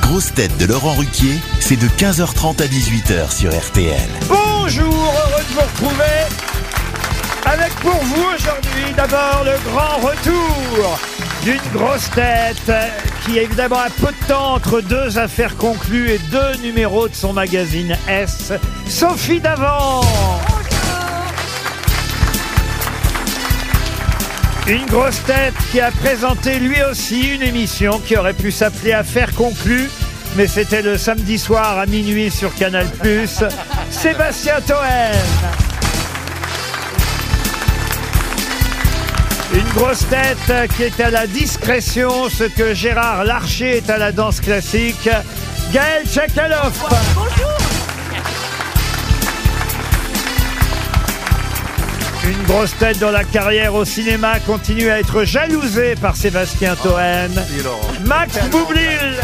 grosses têtes de Laurent Ruquier, c'est de 15h30 à 18h sur RTL. Bonjour, heureux de vous retrouver avec pour vous aujourd'hui d'abord le grand retour d'une grosse tête euh, qui évidemment a peu de temps entre deux affaires conclues et deux numéros de son magazine S, Sophie Davant. Une grosse tête qui a présenté lui aussi une émission qui aurait pu s'appeler Affaires conclues, mais c'était le samedi soir à minuit sur Canal+, Sébastien Toen. Une grosse tête qui est à la discrétion, ce que Gérard Larcher est à la danse classique. Gaël Tchakaloff. Une grosse tête dont la carrière au cinéma continue à être jalousée par Sébastien Ah, Toen. Max Boublil.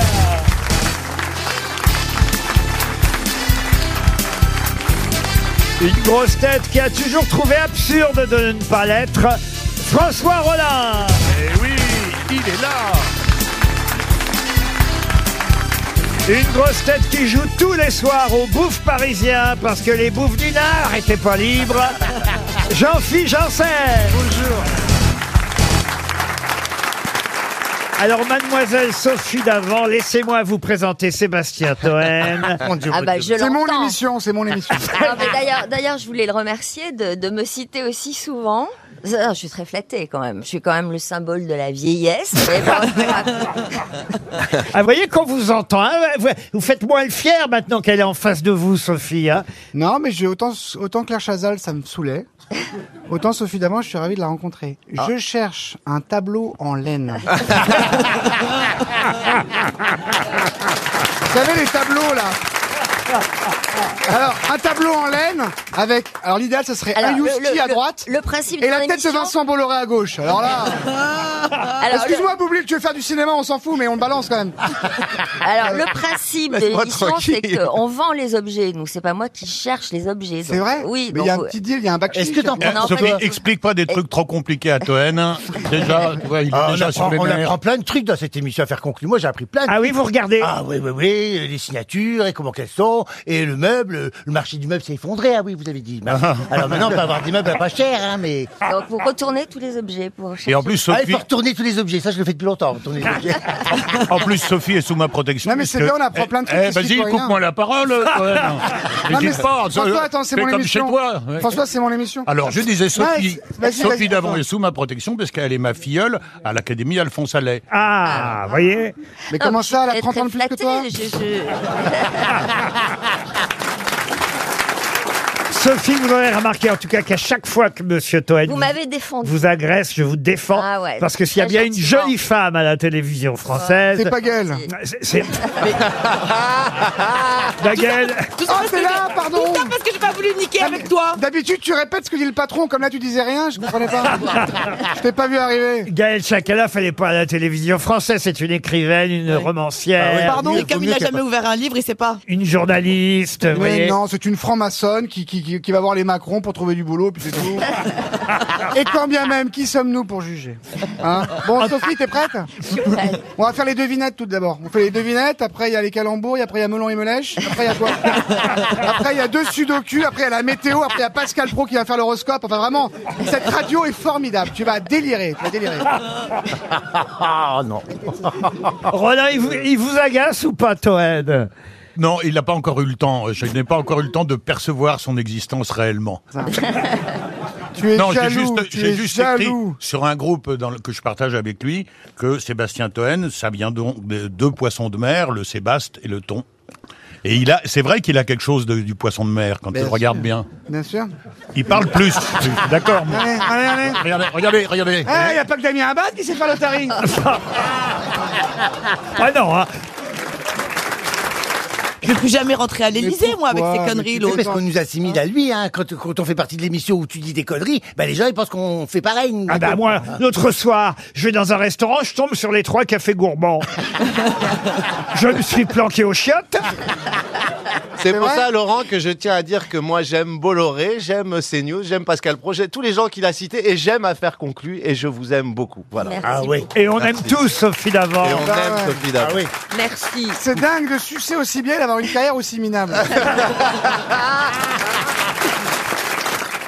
Une grosse tête qui a toujours trouvé absurde de ne pas l'être, François Rollin. Eh oui, il est là Une grosse tête qui joue tous les soirs aux bouffes parisiens parce que les bouffes du Nord étaient pas libres. Jean-Philippe Janssen. Bonjour. Alors, mademoiselle Sophie Davant, laissez-moi vous présenter Sébastien Toen. Ah bah, je C'est mon l'entends. Ah émission, c'est mon émission. Non, mais d'ailleurs, d'ailleurs, je voulais le remercier de, de me citer aussi souvent. Ça, Je suis très flattée quand même. Je suis quand même le symbole de la vieillesse. Mais bon, Ah, vous voyez qu'on vous entend, hein, vous, vous faites moins le fier maintenant qu'elle est en face de vous, Sophie. hein. non, mais j'ai autant, autant Claire Chazal, ça me saoulait. Autant Sophie Davant, je suis ravi de la rencontrer. Ah. Je cherche un tableau en laine. Vous savez les tableaux là Alors, un tableau en laine avec. Alors l'idéal, ce serait alors, un le- Youski le- à le- droite Le, principe et la d'une tête de émission- Vincent Bolloré à gauche. Alors là, Alors, le- excuse-moi, Boubli, tu veux faire du cinéma, on s'en fout, mais on le balance quand même. Alors, le principe de Laisse-moi l'émission, c'est tranquille. qu'on vend les objets. Donc, c'est pas moi qui cherche les objets. C'est Donc, vrai Oui. Mais il y a un donc, petit Euh, deal, il y a un bac. Est-ce que t'en Non, non, Eh, Sophie, pas du tout. explique pas des trucs trop compliqués à Toen. hein. Déjà, tu vois, il est Ah, on, déjà sur apprend, les on nerfs. apprend plein de trucs dans cette émission à faire conclure. Moi, j'ai appris plein de Ah oui, vous regardez. Ah oui, oui, oui, euh, les signatures et comment qu'elles sont, et le meuble, euh, le marché du meuble s'est effondré, ah oui, vous avez dit. Bah, Alors maintenant, on peut avoir des meubles à pas cher, hein, mais... donc, vous retournez tous les objets pour chercher. Et en plus, Ah, il Sophie, faut retourner tous les objets, ça je le fais depuis longtemps, retourner les objets. en plus, Sophie est sous ma protection. Non, mais c'est puisque- bien, on apprend plein de Eh, trucs, eh, c'est Vas-y, citoyen. coupe-moi la parole, Toen. Non, mais N'hésite pas, euh, François, attends, c'est fais mon comme émission. chez toi. ouais. Ah, François, c'est mon émission. Alors, je disais Sophie. Ouais, vas-y, Sophie vas-y, Davant François. est sous ma protection parce qu'elle est ma filleule à l'Académie Alphonse Allais. Ah, vous voyez Mais comment ça, elle est a 30 ans de plus que toi Sophie, vous aurez remarqué en tout cas qu'à chaque fois que Monsieur Toen Vous vous, m'avez défendu. vous agresse, je vous défends. Ah ouais, parce que s'il y a très bien une gentiment. jolie femme à la télévision française... C'est pas Gaël. Ah, C'est- c'est- Bah, La gueule. Tout ça Oh, parce t'es que là, j'ai- pardon Ah, Tout ça parce que j'ai pas voulu niquer avec toi. D'habitude, tu répètes ce que dit le patron, comme là, tu disais rien, je comprenais pas. Je t'ai pas vu arriver. Gaël Chakaloff, elle n'est pas à la télévision française, c'est une écrivaine, une romancière, Pardon Ah Mais comme il n'a jamais ouvert un livre, il sait pas. une journaliste, vous Mais voyez. non, c'est une franc-maçonne qui, qui, qui, qui va voir les Macron pour trouver du boulot, puis c'est tout. Et quand bien même, qui sommes-nous pour juger Hein Bon, Sophie, t'es prête On va faire les devinettes tout d'abord. On fait les devinettes, après il y a les calembours, et après il y a Melon et Melèche, après il y a quoi Après il y a deux sudoku, après il y a la météo, après il y a Pascal Pro qui va faire l'horoscope. Enfin vraiment, cette radio est formidable. Tu vas délirer, tu vas délirer. Ah non. Roland, il vous, il vous agace ou pas, Toen Non, il n'a pas encore eu le temps. euh, Je n'ai pas encore eu le temps de percevoir son existence réellement. Tu es Non, j'ai jaloux, juste, tu j'ai es juste écrit jaloux. sur un groupe dans le- que je partage avec lui que Sébastien Toen, ça vient donc de deux poissons de mer, le sébaste et le thon. Et il a, c'est vrai qu'il a quelque chose de- du poisson de mer quand Bien tu le sûr. regardes bien. Bien sûr. Il parle plus. D'accord. moi. Allez, allez, allez. Regardez, regardez, regardez. Ah, il n'y a pas que Damien Abad qui sait faire le taring. Ah non, hein. Je vais plus jamais rentrer à l'Elysée, moi, avec pourquoi ces Mais conneries, tu C'est l'autre. fais parce qu'on nous assimile à lui, hein. quand, quand on fait partie de l'émission où tu dis des conneries, bah, les gens ils pensent qu'on fait pareil. nous. Ah bah moi, l'autre soir, je vais dans un restaurant, je tombe sur les trois cafés gourmands. je me suis planqué aux chiottes. C'est pour vrai ça, Laurent, que je tiens à dire que moi, j'aime Bolloré, j'aime CNews, j'aime Pascal Projet, tous les gens qu'il a cités, et j'aime Affaire Conclue, et je vous aime beaucoup. Voilà. Merci. Ah oui. beaucoup. Et on aime tous Sophie d'avant. Et on bah aime ouais. Sophie Ah Davant. oui. Merci. C'est dingue de sucer aussi bien et d'avoir une carrière aussi minable.